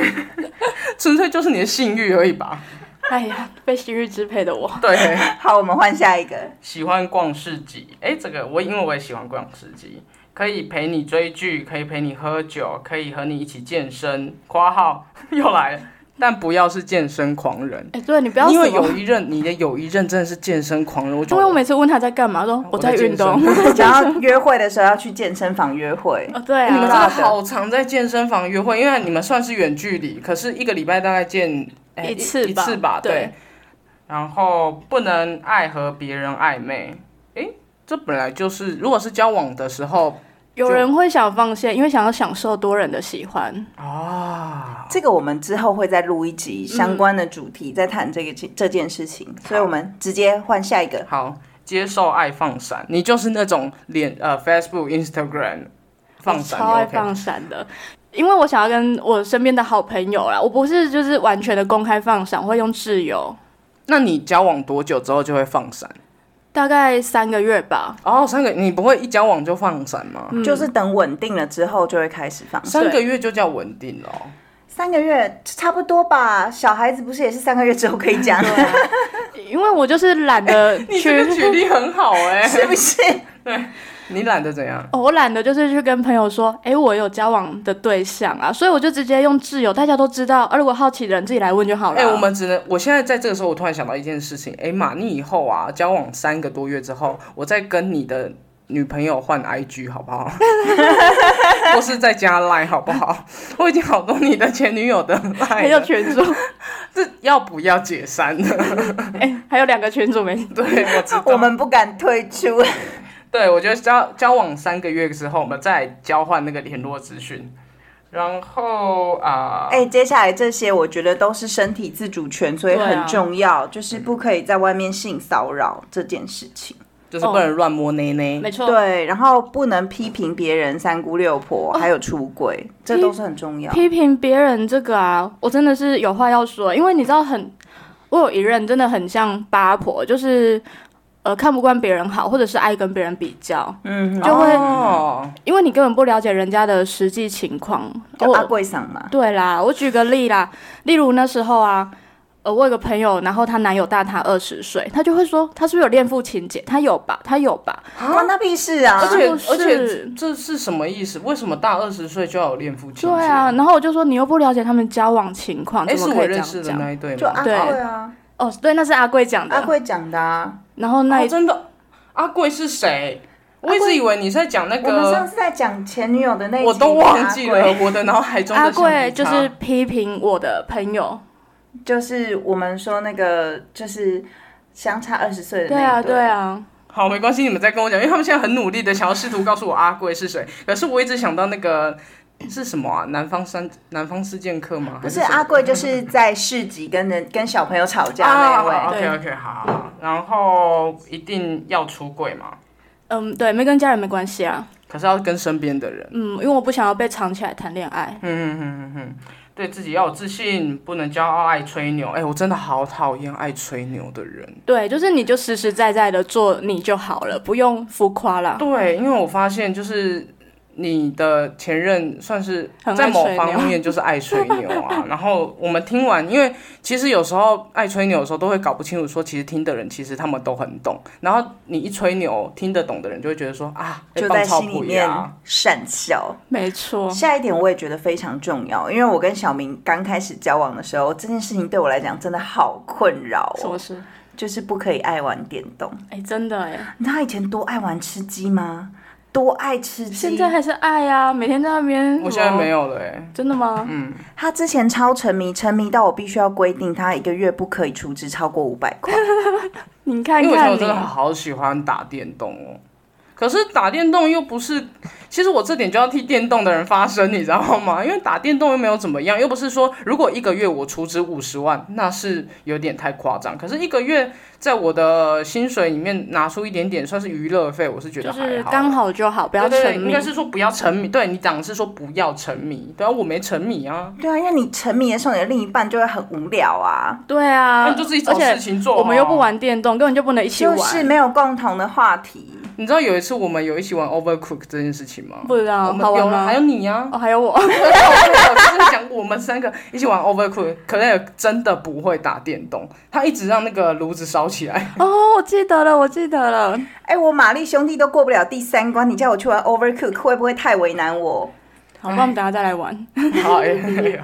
C: 纯粹就是你的性欲而已吧。
B: 哎呀，被昔日支配的我，
C: 对，
A: 好，我们换下一 个。
C: 喜欢逛市集。哎，这个我因为我也喜欢逛市集，可以陪你追剧，可以陪你喝酒，可以和你一起健身。括号 又来了，但不要是健身狂人。
B: 哎，对你不要
C: 因为
B: 什么
C: 有一任，你的有一任真的是健身狂人，我觉
B: 因为我
C: 得
B: 每次问他在干嘛，他说
C: 我
B: 我
C: 在
B: 在运动。
A: 然后约会的时候要去健身房约会，
B: 哦，对
C: 你们真
B: 啊，
C: 的好常在健身房约会，因为你们算是远距离，可是一个礼拜大概见、哎
B: 一次
C: 一
B: 吧
C: 次吧，
B: 对
C: 对。然后不能爱和别人暧昧，诶，这本来就是，如果是交往的时候
B: 有人会想放线，因为想要享受多人的喜欢。
C: 啊，
A: 这个我们之后会再录一集相关的主题，再谈这个这件事情。所以我们直接换下一个。
C: 好接受爱放闪，你就是那种脸呃 Facebook、Instagram 放闪
B: 我超爱
C: OK
B: 放闪的。因为我想要跟我身边的好朋友啦，我不是就是完全的公开放闪，我会用挚友，
C: 那你交往多久之后就会放闪？
B: 大概三个月吧。
C: 哦，三个，你不会一交往就放闪吗？
A: 就是等稳定了之后就会开始放，
C: 三个月就叫稳定了哦、
A: 三个月差不多吧。小孩子不是也是三个月之后可以讲，
B: 因为我就是懒得
C: 你
B: 去
C: 这，个 举例很好哎、
A: 是不是？
C: 你懒得怎样？
B: 哦我懒得就是去跟朋友说，哎，我有交往的对象啊，所以我就直接用挚友，大家都知道。啊，如果好奇的人自己来问就好了。
C: 哎、我
A: 啊
C: 们只能，我现在在这个时候，我突然想到一件事情，哎、妈，你以后啊，交往三个多月之后，我再跟你的女朋友换 IG 好不好？ 或是再加 Line 好不好？ 我已经好多你的前女友的
B: 还
C: Line，
B: 有
C: 了
B: 群主，
C: 这要不要解散呢？
B: 哎，还有两个群主没
C: 对，我知道。
A: 我们不敢退出。
C: 对，我觉得交交往三个月之后，我们再交换那个联络资讯，然后啊，
A: 哎、接下来这些我觉得都是身体自主权，所以
B: 对啊
A: 很重要，就是不可以在外面性骚扰这件事情。
C: 就是不能乱摸内内。
B: 没错，
A: 对，然后不能批评别人三姑六婆，还有出轨，这都是很重要。
B: 批评别人这个啊，我真的是有话要说，因为你知道很，我有一任真的很像八婆，就是呃看不惯别人好，或者是爱跟别人比较，
A: 嗯，
B: 就会
C: 哦，
B: 因为你根本不了解人家的实际情况。
A: 就阿
B: 我
A: 贵桑嘛，
B: 对啦，我举个例啦，例如那时候啊。呃，我有个朋友，然后她男友大她二十岁，她就会说，她是不是有恋父情节？她有吧，她有吧。
A: 关他屁事啊！
C: 而且
B: 就是
C: 而且这是什么意思？为什么大二十岁就要有恋父情
B: 对
C: 节？
B: 啊，然后我就说，你又不了解他们交往情况，
C: 哎，
B: 怎
C: 是
B: 么
C: 我
B: 可以这
C: 认
B: 样
C: 识的
B: 讲？
C: 那一对吗？
A: 就阿贵
B: 对
A: 啊，
B: 哦，对，那是阿贵
A: 阿
B: 讲的。
A: 贵讲的啊。
B: 然后那一
C: 哦真的阿贵是谁？我一
A: 阿
C: 直
A: 贵
C: 以为你在讲那
A: 我们上
C: 个，
A: 次在讲前女友的那一集，啊
C: 我都忘记
A: 阿
C: 了
A: 贵，
C: 我的脑海中的
B: 阿
C: 橡皮
B: 贵就
C: 擦
B: 是批评我的朋友，
A: 就是我们说那个就是相差二十岁的
B: 对
A: 那一
B: 啊，
A: 对
B: 对啊，
C: 好，没关系，你们再跟我讲，因为他们现在很努力的想要试图告诉我阿贵是谁，可是我一直想到那个是什么啊？南方三南方四剑客吗？
A: 不是
C: 还什么
A: 阿贵，就是在市集跟人跟小朋友吵架那
B: 哦
C: 啊
A: 一位。
C: ，OK OK，好好好，然后一定要出柜嘛，
B: 嗯，对，没跟家人没关系啊，
C: 可是要跟身边的人，
B: 嗯，因为我不想要被藏起来谈恋爱，
C: 嗯对自己要有自信，不能骄傲，爱吹牛。哎、我真的好讨厌爱吹牛的人。
B: 对，就是你就实实在在的做你就好了，不用浮夸啦。
C: 啊对，因为我发现就是你的前任算是
B: 很爱
C: 在某
B: 吹牛
C: 方面就是爱吹牛啊。然后我们听完，因为其实有时候爱吹牛的时候都会搞不清楚，说其实听的人其实他们都很懂。然后你一吹牛，听得懂的人就会觉得说啊，哎
A: 就
C: 棒
A: 在
C: 操
A: 心里
C: 不
A: 面
C: 呀。
A: 讪笑。
B: 没错，
A: 下一点我也觉得非常重要，因为我跟小明刚开始交往的时候，这件事情对我来讲真的好困扰
B: 什么
A: 哦，
B: 事？
A: 就是不可以爱玩电动。
B: 哎，真的哎，
A: 你知道他以前多爱玩吃鸡吗？多爱吃鸡！
B: 现在还是爱啊，每天在那边，
C: 我现在没
B: 有，
C: 有了哎、
B: 真的吗？
A: 他之前超沉迷，沉迷到我必须要规定他一个月不可以储值超过五百块。
B: 你看
C: 因为我以前
B: 看
C: 我真的
B: 你，啊
C: 好喜欢打电动哦。可是打电动又不是，其实我这点就要替电动的人发声，你知道吗？因为打电动又没有怎么样，又不是说如果一个月我出资五十万，那是有点太夸张。可是一个月在我的薪水里面拿出一点点，算是娱乐费，我是觉
B: 就
C: 得
B: 是
C: 还好。
B: 刚好就好，不要
C: 对对
B: 沉
C: 对
B: 迷。
C: 应该是说不要沉迷。对你讲的是说不要沉迷，对啊，我没沉迷啊，
A: 对啊，因为你沉迷的时候，你的另一半就会很无聊啊，
B: 对啊，
C: 那你就自己找事情做、啊
B: 我们又不。玩电动，根本就不能一起玩。
A: 就是没有共同的话题。
C: 你知道有一次我们有一起玩 Overcook 这件事情吗？
B: 不知道
C: 我们
B: 好玩
C: 有了，
B: 吗
C: 还有你啊呀、
B: 哦，还有我，
C: 我只是讲我们三个一起玩 Overcook，可乐真的不会打电动，他一直让那个炉子烧起 来。
B: 哦，我记得了，我记得了。
A: 哎、我玛丽兄弟都过不了第三关，你叫我去玩 Overcook，会不会太为难我？
B: 好，那我们等一下再来玩。
C: 好、哎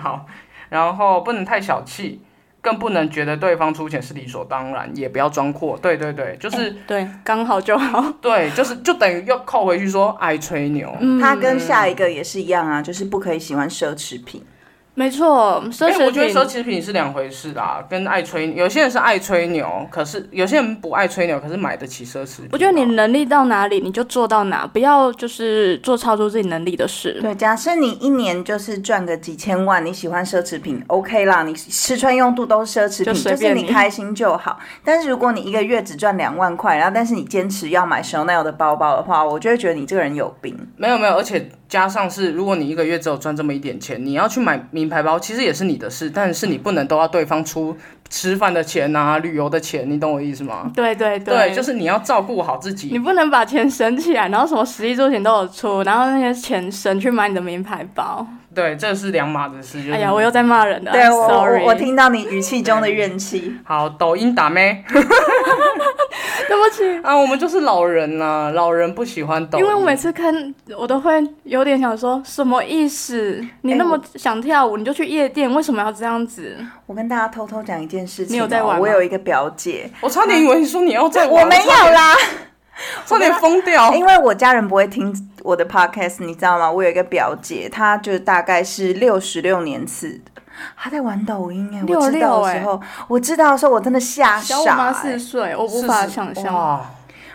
C: 好，然后不能太小气，更不能觉得对方出钱是理所当然，也不要装阔。对对
B: 哎
C: 对，就是
B: 对，刚好就好。
C: 对，就是就等于又扣回去说爱吹牛。
B: 嗯，
A: 他跟下一个也是一样啊，就是不可以喜欢奢侈品。
B: 没错，奢
C: 哎
B: 侈
C: 我觉得
B: 品。
C: 奢侈品是两回事啦，跟爱吹，有些人是爱吹牛，可是有些人不爱吹牛，可是买得起奢侈品。
B: 我觉得你能力到哪里，你就做到哪，不要就是做超出自己能力的事。
A: 对，假设你一年就是赚个几千万，你喜欢奢侈品，OK 啦，你吃穿用度都是奢侈
B: 就
A: 品，
B: 随
A: 就
B: 便
A: 是
B: 你
A: 你开心就好。但是如果你一个月只赚两万块，然后但是你坚持要买 Chanel 的包包的话，我就会觉得你这个人有病。
C: 没有没有，而且加上是，如果你一个月只有赚这么一点钱，你要去买名牌包，其实也是你的事，但是你不能都要对方出吃饭的钱啊、旅游的钱，你懂我意思吗？
B: 对对
C: 对，就是你要照顾好自
B: 你
C: 己。
B: 不能把钱省起来，然后什么食衣住行都有出，然后那些钱省去买你的名牌包。
C: 对，这是两码子事。就是、
B: 哎呀，我又在骂人了。
A: 对
B: I'm
A: 我我
B: sorry，
A: 我听到你语气中的怨 气。
C: 好，抖音打咩
B: 对不起，
C: 啊？我们就是老人啦、老人不喜欢抖音。
B: 因为我每次看我都会有点想说，什么意思？你
A: 哎
B: 那么想跳舞，你就去夜店，为什么要这样子？
A: 我跟大家偷偷讲一件事情哦、
B: 你有在玩吗
A: 我有一个表姐，
C: 我差点以为你说你要在
A: 我
C: 玩
A: 没有，啦，
C: 差点差点疯
B: 哦
C: 掉。
A: 因为我家人不会听我的 podcast，你知道吗？我有一个表姐，她就大概是六十六年次的，她在玩抖音哎、
B: 66
A: 我知道的时候，我知道的时候，我真的吓
B: 小我
A: 傻、
B: 妈四
A: 欸，
B: 岁，我无法想
C: 是是
B: 象。
C: 哇！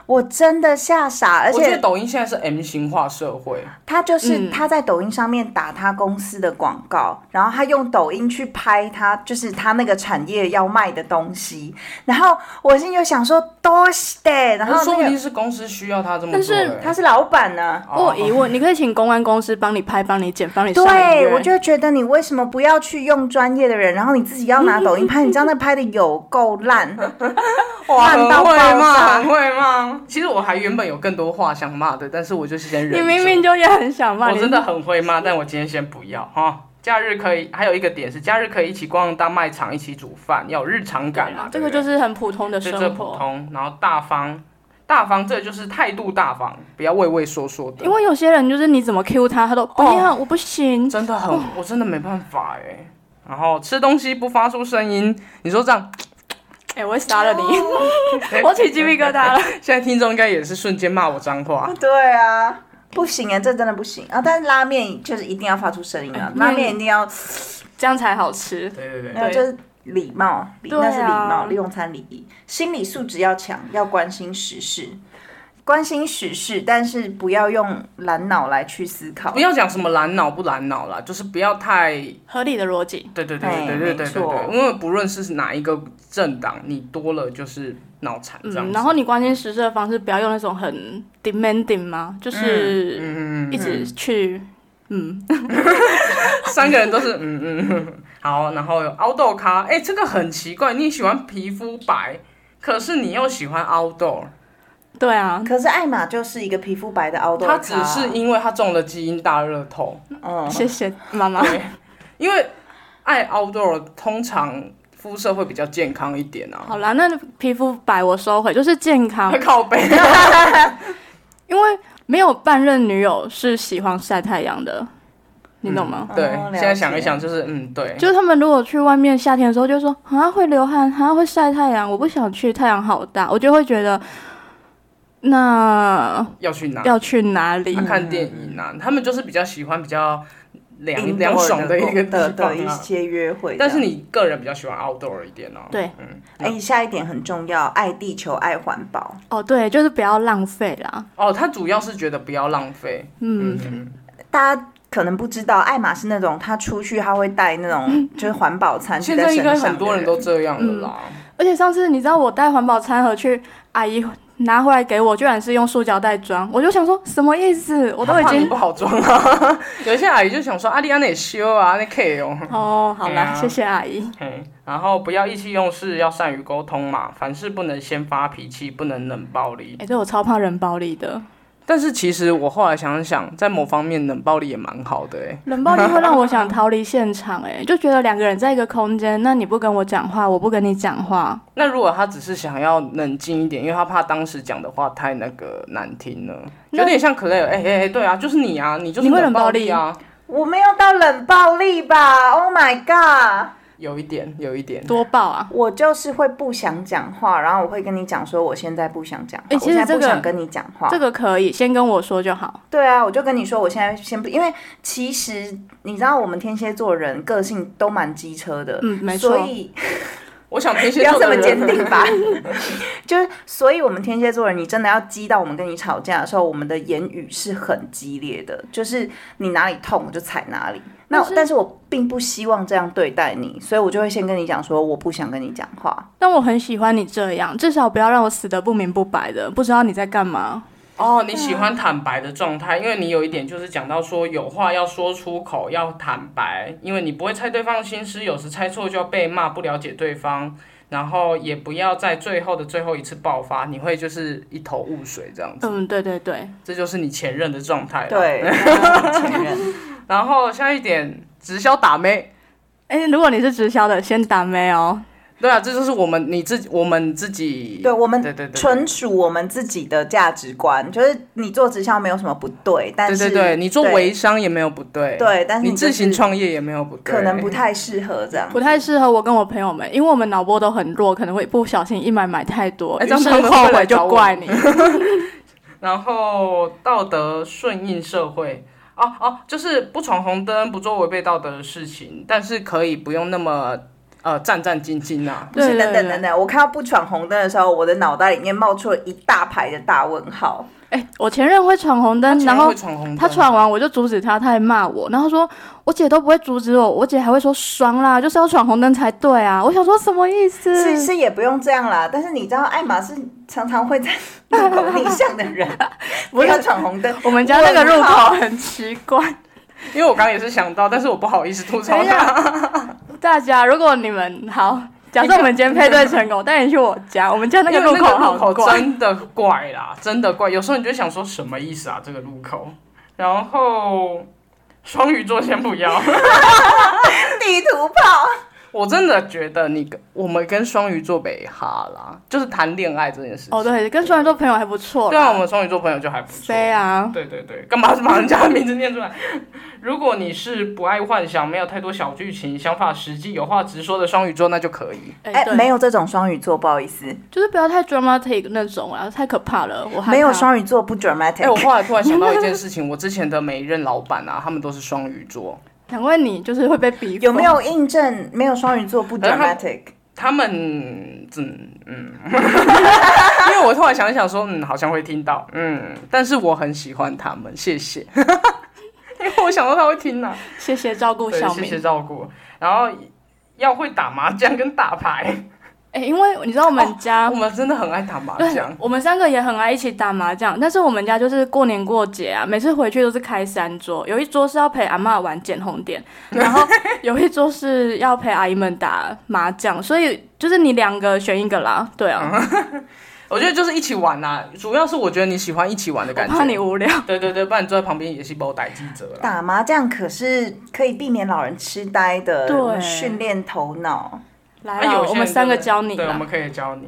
A: 我真的吓傻，而
C: 我觉得
A: 且
C: 抖音现在是 M 型化社会，
A: 她就是
B: 嗯
A: 她在抖音上面打她公司的广告，然后她用抖音去拍她就是她那个产业要卖的东西，然后我心里就想说多是的，然
C: 可是
A: 后
C: 说不
A: 那
C: 定
A: 个
C: 是公司需要他这么
B: 但
C: 做、
B: 是
C: 欸。
A: 她是老板呢、
B: 我有疑问，你可以请公关公司帮你拍、帮你剪、帮你上音
A: 对，
B: 乐
A: 我就觉得你为什么不要去用专业的人，然后你自己要拿抖音拍？你知道那拍的有够 烂，
C: 哇，
A: 烂
C: 很
A: 到爆
C: 会骂，
A: 炸
C: 很。会骂。其实我还原本有更多话想骂的，但是我就是先忍着。
B: 你明明就也很想骂，
C: 我
B: 你
C: 真的很会骂，但我今天先不要哈。假日可以，还有一个点是，假日可以一起逛大卖场，一起煮饭，要有日常感啊。
B: 这个就是是很普通的
C: 这
B: 生
C: 这普
B: 活。
C: 通，然后大方，大方，这就是态度大方，不要畏畏缩缩的
B: 因。为有些人就是你怎么 Q 他，他
C: 哦
B: 都不要，我不行。
C: 真的很，我真的没办法哎、然后吃东西不发出声音，你说这样，
B: 哎、我会杀了你！我起鸡皮疙瘩 了。
C: 现在听众应该也是瞬间骂我脏话。
A: 对啊，不行啊，这真的不行啊！但是拉面就是一定要发出声音
B: 嗯
A: 啊，拉面一定要，
B: 这样才好吃。
C: 对对对
A: 没有就是礼貌，礼
B: 对啊
A: 那是礼貌，用餐礼仪，心理素质要强，要关心时事。关心时事，但是不要用懒脑来去思考
C: 啊不。要讲什么蓝脑不蓝脑啦，就是不要太
B: 合理的逻辑，
C: 对对对
A: 哎
C: 对对对对
A: 没
C: 对
A: 错
C: 对，因为不论是哪一个政党，你多了就是脑残这样
B: 嗯，
C: 子。
B: 然后你关心时事的方式，不要用那种很 demanding 嘛，就是
C: 嗯，嗯嗯
B: 一直去，嗯，
C: 三个人都是嗯嗯嗯，好，然后有凹豆咖，哎，这个很奇怪，你喜欢皮肤白，可是你又喜欢凹豆，
B: 对啊，
A: 可是艾玛就是一个皮肤白的凹豆咖
C: 他
A: 啊，
C: 只是因为他中了基因大热透，
A: 嗯，
B: 谢谢妈妈。
C: 对，因为爱凹豆通常肤色会比较健康一点啊，
B: 好啦，那皮肤白我收回，就是健康，
C: 靠背。
B: 因为没有半任女友是喜欢晒太阳的，你懂吗？
A: 哦
C: 对，
A: 了
C: 现在想
A: 解
C: 一想，就是嗯，对，
B: 就是他们如果去外面夏天的时候，就说啊会流汗，啊会晒太阳，我不想去，太阳好大，我就会觉得那
C: 要去哪？
B: 要去哪里
A: 嗯
C: 啊？看电影啊，他们就是比较喜欢比较凉凉爽
A: 的
C: 的一个地
A: 的
C: 方、
A: 的一
C: 啊。
A: 些约会这样，
C: 但是你个人比较喜欢 outdoor 一点哦、
B: 对，
C: 嗯，
A: 哎，下一点很重要，爱地球，爱环保。
B: 哦，对，就是不要浪费啦。
C: 哦，他主要是觉得不要浪费。
B: 嗯，
C: 嗯，
A: 大家可能不知道，艾玛是那种她出去她会带那 种就是环保餐具
C: 现
A: 在
C: 在
A: 身
C: 应
A: 上的人，
C: 该
A: 嗯
C: 很多人都这样了啦。
B: 而且上次你知道我带环保餐盒去，阿姨拿回来给我，居然是用塑胶袋装，我就想说什么意思？我都已
C: 怕你
B: 经
C: 不好装啊， 有一些阿姨就想说阿丽安内修啊，那 K 哦。
B: 哦，好
C: 对
B: 啦，
C: 啊
B: 谢谢阿姨。
C: 嘿，然后不要意气用事，要善于沟通嘛。凡事不能先发脾气，不能冷暴力
B: 哎、。对我超怕人暴力的，
C: 但是其实我后来想想，在某方面冷暴力也蛮好的哎、
B: 人暴力会让我想逃离现场、哎，就觉得两个人在一个空间，那你不跟我讲话，我不跟你讲话，
C: 那如果他只是想要冷静一点，因为他怕当时讲的话太那个难听了，
B: 那
C: 有点像 Claire，哎哎哎，对啊，就是你啊，你就是
B: 你会
C: 冷暴
B: 冷暴力
C: 力啊，
A: 我没有到冷暴力吧？Oh my god！
C: 有一点，有一点。
B: 多暴啊！
A: 我就是会不想讲话，然后我会跟你讲说我现在不想讲话，
B: 哎其实
A: 我现在
B: 这
A: 不
B: 个
A: 想跟你讲话。
B: 这个可以先跟我说就好。
A: 对啊，我就跟你说，我现在先不，因为其实你知道，我们天蝎座人个性都蛮机车的，
B: 嗯没错
A: 所以
C: 我想天
A: 不
C: 蝎
A: 要
C: 座
A: 这么
C: 的人
A: 坚定 吧。 就是，所以我们天蝎座人，你真的要激到我们跟你吵架的时候，我们的言语是很激烈的，就是你哪里痛我就踩哪里。那
B: 但是
A: 但是我并不希望这样对待你，所以我就会先跟你讲说，我不想跟你讲话。
B: 但我很喜欢你这样，至少不要让我死得不明不白的，不知道你在干嘛。
C: 哦，你喜欢坦白的状态，因为你有一点就是讲到说有话要说出口，要坦白，因为你不会猜对方心思，有时猜错就要被骂，不了解对方，然后也不要在最后的最后一次爆发，你会就是一头雾水这样子，
B: 嗯，对对对，
C: 这就是你前任的状态。，
A: 对，承认。
C: 然后下一点直销打妹。
B: 哎、如果你是直销的，先打没哦。
C: 对啊，这就是我们你自己，我们自己
A: 对我
C: 对
A: 们
C: 对对
A: 纯属我们自己的价值观，就是你做直销没有什么不对，但
C: 对
A: 是
C: 对对，你做微商也没有不对，
A: 对但是
C: 你
A: 你就是
C: 自行创业也没有不对，
A: 可能不太适合这样，
B: 不太适合我跟我朋友们，因为我们脑波都很弱，可能会不小心一买买太多，
C: 哎
B: 于
C: 这样
B: 是
C: 他们会
B: 后
C: 来
B: 悔
C: 找
B: 就
C: 我
B: 怪 你。
C: 然后道德顺应社会。哦哦，就是不闯红灯，不做违背道德的事情，但是可以不用那么呃战战兢兢啊呐、
A: 不是
B: 对对
A: 等等
B: 对
A: 等等，我看到不闯红灯的时候，我的脑袋里面冒出了一大排的大问号。
B: 哎、我前任会闯红
C: 他
B: 灯，
C: 竟
B: 然
C: 会
B: 后
C: 闯红灯，
B: 他闯完我就阻止他，他还骂我，然后说我姐都不会阻止我，我姐还会说爽啦，就是要闯红灯才对 啊。我想说什么意思？
A: 是是也不用这样啦，但是你知道，艾玛是常常 会在路口逆向的人，不要闯红灯。
B: 我们家那个入
A: 问号
B: 口很奇怪。
C: 因为我刚刚也是想到，但是我不好意思吐槽
B: 等一
C: 他。
B: 下，大家如果你们 好，假设我们今天配对成功，带你去我家，我们家那个
C: 因为
B: 入口
C: 那个
B: 好
C: 路口
B: 怪。
C: 真的怪啦，真的怪。有时候你就想说什么意思啊？这个路口，然后双鱼座先不要。
A: 地图炮，
C: 我真的觉得你跟我们跟双鱼座北哈啦，就是谈恋爱这件事情。
B: 哦，对，跟双鱼座朋友还不错
C: 对啊，
B: 啦。
C: 我们双鱼座朋友就还不错。
B: 飞啊，
C: 对对对，干嘛是把人家的名字念出来？如果你是不爱幻想、没有太多小剧情、想法实际、有话直说的双鱼座，那就 可以。
B: 哎、
A: 哎、
B: 对
A: 没有这种双鱼座，不好意思，
B: 就是不要太 dramatic 那种啊，太可怕了，我害怕
A: 没有双鱼座不
C: 哎、
A: dramatic。
C: 我后来突然想到一件事情，我之前的每一任老板啊，他们都是双鱼座，
B: 难怪你就是会被逼疯。
A: 有没有印证没有双鱼座不
C: 然后他
A: dramatic？
C: 他们嗯嗯， 因为我突然想一想说，嗯，好像会听到，嗯，但是我很喜欢他们，谢谢， 因为我想到他会听啊。
B: 谢谢照顾
C: 对，
B: 小
C: 谢
B: 明
C: 谢？照顾。然后要会打麻将跟打牌，
B: 哎、因为你知道我们家、
C: 我
A: 哦
C: 们真的很爱打麻
B: 啊对
C: 将，。
B: 我们三个也很爱一起打麻将，但是我们家就是过年过节啊，每次回去都是开三桌，有一桌是要陪阿嬷玩捡红点，然后有一桌是要陪阿姨们打麻将，所以就是你两个选一个啦，对
C: 嗯
B: 啊，
C: 我觉得就是一起玩啦、主要是我觉得你喜欢一起玩的
B: 我
C: 感
B: 怕你
C: 觉。
B: 无聊。
C: 对对对，不然你坐在旁边也是包逮记者啦。
A: 打麻将可是可以避免老人痴呆的，
B: 对
A: 训练头脑。
B: 来
C: 啊
B: 啦，
C: 有些
B: 我们
C: 人
B: 三个
C: 真的
B: 教你
C: 对，我
B: 啦
C: 们。可以教你。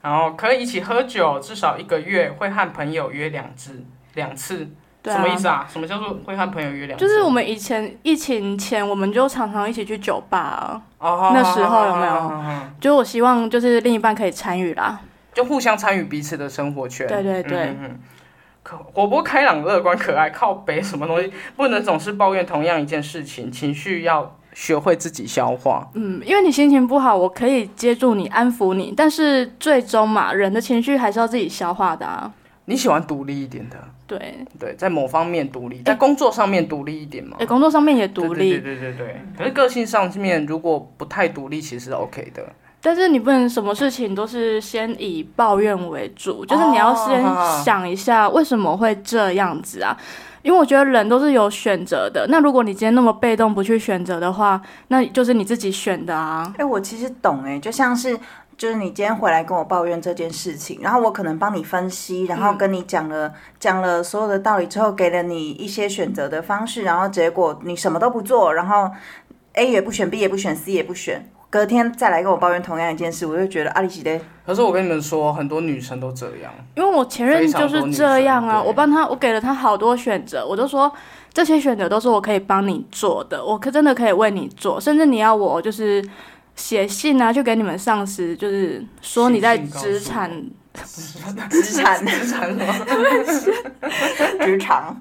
C: 然后可以一起喝酒，至少一个月会和朋友约两次，两次、
B: 对啊
C: 什么意思啊？什么叫做会和朋友约两次？
B: 就是我们以前疫情前，我们就常常一起去酒吧、啊，
C: 哦
B: 那时候有没有
C: 好好好好好
B: 就我希望就是另一半可以参与啦。
C: 就互相参与彼此的生活圈。
B: 对对对
C: 嗯嗯嗯可活泼开朗、乐观、可爱，靠北什么东西？ 不能总是抱怨同样一件事情，情绪要学会自己消化。
B: 嗯，因为你心情不好，我可以接住你，安抚你，但是最终嘛，人的情绪还是要自己消化的啊。
C: 你喜欢独立一点的，
B: 对，
C: 对，在某方面独立，在工作上面独立一点嘛。
B: 哎，工作上面也哎独立，
C: 哦对对对对对对。可是个性上面如果不太独立，其实是 OK 的。
B: 但是你不能什么事情都是先以抱怨为主，就是你要
C: 哦
B: 先想一下为什么会这样子啊。因为我觉得人都是有选择的，那如果你今天那么被动不去选择的话，那就是你自己选的啊。
A: 哎、我其实懂哎、就像是就是你今天回来跟我抱怨这件事情，然后我可能帮你分析，然后跟你讲了讲、了所有的道理之后，给了你一些选择的方式，然后结果你什么都不做，然后 A 也不选，B 也不选，C 也不选，隔天再来跟我抱怨同样一件事，我就觉得阿里奇的
C: 可是我跟你们说，很多女生都这样。
B: 因为我前任就是这样啊，
C: 非常多女生对
B: 我帮他，我给了他好多选择，我就说这些选择都是我可以帮你做的，我可真的可以为你做，甚至你要我就是写信啊，去给你们上司，就是说你在
C: 写信告诉
B: 职场
A: 职 场
C: 职场什么？
A: 职场，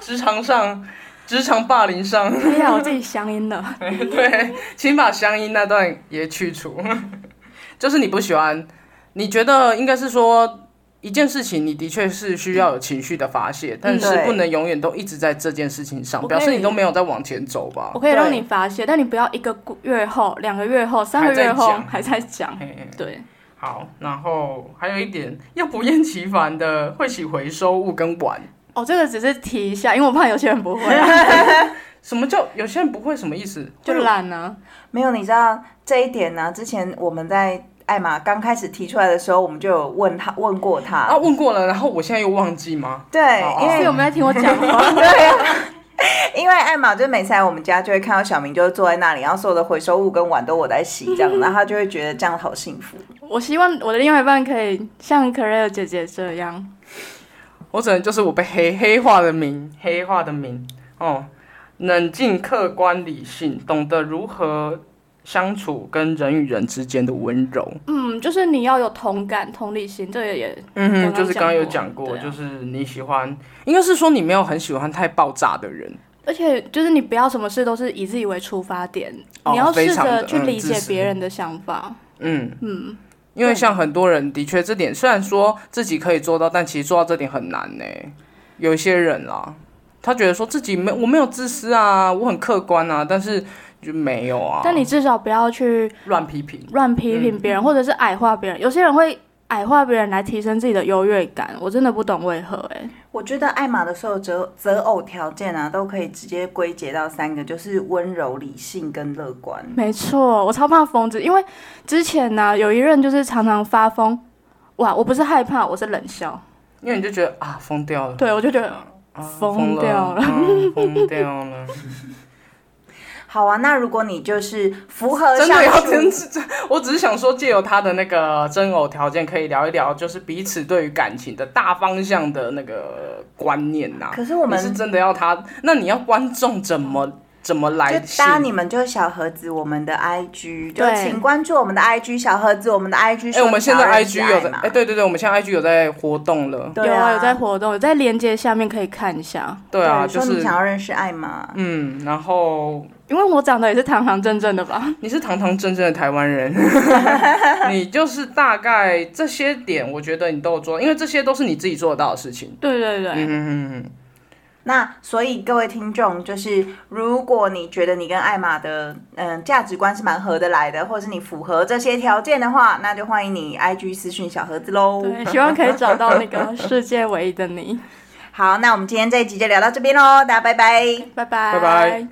C: 职场上，职场霸凌上，
B: 哎呀，我自己乡音 了。
C: 对，请把乡音那段也去除。 就是你不喜欢，你觉得应该是说一件事情，你的确是需要有情绪的发泄，但是
A: 对
C: 不能永远都一直在这件事情上，
B: 我
C: 表
B: 可以
C: 示你都没有在往前走吧
B: 我。可以让
A: 对
B: 你发泄，但你不要一个月后、两个月后、三个
C: 还在
B: 月后
C: 讲
B: 还在讲。
C: 嘿嘿
B: 对，
C: 好，然后还有一点，要不厌其烦的会洗回收物跟碗。
B: 哦，这个只是提一下，因为我怕有些人不会 啊，
C: 什么叫有些人不会？什么意思？
B: 就懒啊呢、
A: 没有，你知道这一点呢、之前我们在艾玛刚开始提出来的时候，我们就有问他问过他，
C: 啊，问过了，然后我现在又忘记吗？
A: 对，
C: 哦
A: 因
B: 啊。
A: 为
B: 所以我们在听我讲话。
A: 对呀、因为艾玛就是每次来我们家，就会看到小明就是坐在那里，然后所有的回收物跟碗都我在洗，这 样，然后他就会觉得这样好幸福。
B: 我希望我的另外一半可以像 c a r e 姐姐这样，
C: 我只能就是我被黑黑化的名，黑化的名哦。冷静、客观、理性，懂得如何相处跟人与人之间的温柔。
B: 嗯，就是你要有同感、同理心，这个也
C: 嗯
B: 刚
C: 哼，
B: 刚
C: 就是刚刚有讲
B: 讲过
C: 过，
B: 对啊
C: 就是你喜欢，应该是说你没有很喜欢太爆炸的人。
B: 而且就是你不要什么事都是以自己为出发点，
C: 哦
B: 你要
C: 非
B: 试
C: 常的
B: 着去
C: 嗯
B: 理
C: 自
B: 解
C: 私
B: 别人的想法。
C: 嗯嗯，因为像很多人的确这点，虽然说自己可以做到，但其实做到这点很难呢、有一些人啦，他觉得说自己没我没有自私啊，我很客观啊，但是就没有啊。
B: 但你至少不要去
C: 乱批评，
B: 乱批
C: 嗯
B: 评别人，或者是矮化别人。有些人会矮化别人来提升自己的优越感，我真的不懂为何哎、
A: 我觉得艾玛的所有择择偶条件啊，都可以直接归结到三个，就是温柔、理性跟乐观。
B: 没错，我超怕疯子，因为之前呢、有一任就是常常发疯，哇，我不是害怕，我是冷笑，
C: 因为你就觉得啊，疯掉了，
B: 对我就觉得
C: 啊
B: 疯掉
C: 了，
B: 了
C: 啊疯、掉了，
A: 好啊，那如果你就是符合
C: 真的要
A: 上
C: 真
A: 述，
C: 是真， 我只是想说，借由他的那个真偶条件，可以聊一聊，就是彼此对于感情的大方向的那个观念呐、
A: 可是我
C: 你是
A: 们
C: 真的要他，那你要观众怎么怎么
A: 就
C: 来
A: 搭
C: 信
A: 你们就是小盒子，我们的 IG 就
B: 对
A: 请关注我们的 IG 小盒子，我们的 IG
C: 哎、
A: 说
C: 我们现在
A: 小人
C: IG
A: 是
C: 有在
A: 艾，玛
C: 哎、对对对，我们现在 IG 有在活动了，
A: 对
B: 有
A: 啊
B: 啊有在活动，有在连接下面可以看一下，
C: 对啊，就
A: 说你
C: 是
A: 想要认识艾玛，
C: 嗯，然后
B: 因为我长得也是堂堂正正的吧，
C: 你是堂堂正正的台 湾人，你就是大概这些点，我觉得你都有做，因为这些都是你自己做得到的事情。
B: 对对对，
C: 嗯嗯嗯，
A: 那所以各位听众，就是如果你觉得你跟艾玛的嗯价值观是蛮合得来的，或者是你符合这些条件的话，那就欢迎你 IG 私讯小盒子喽。
B: 对，希望可以找到那个世界唯一的你，
A: 好，那我们今天这一集就聊到这边喽，大家拜拜。
B: 拜拜
C: 拜拜。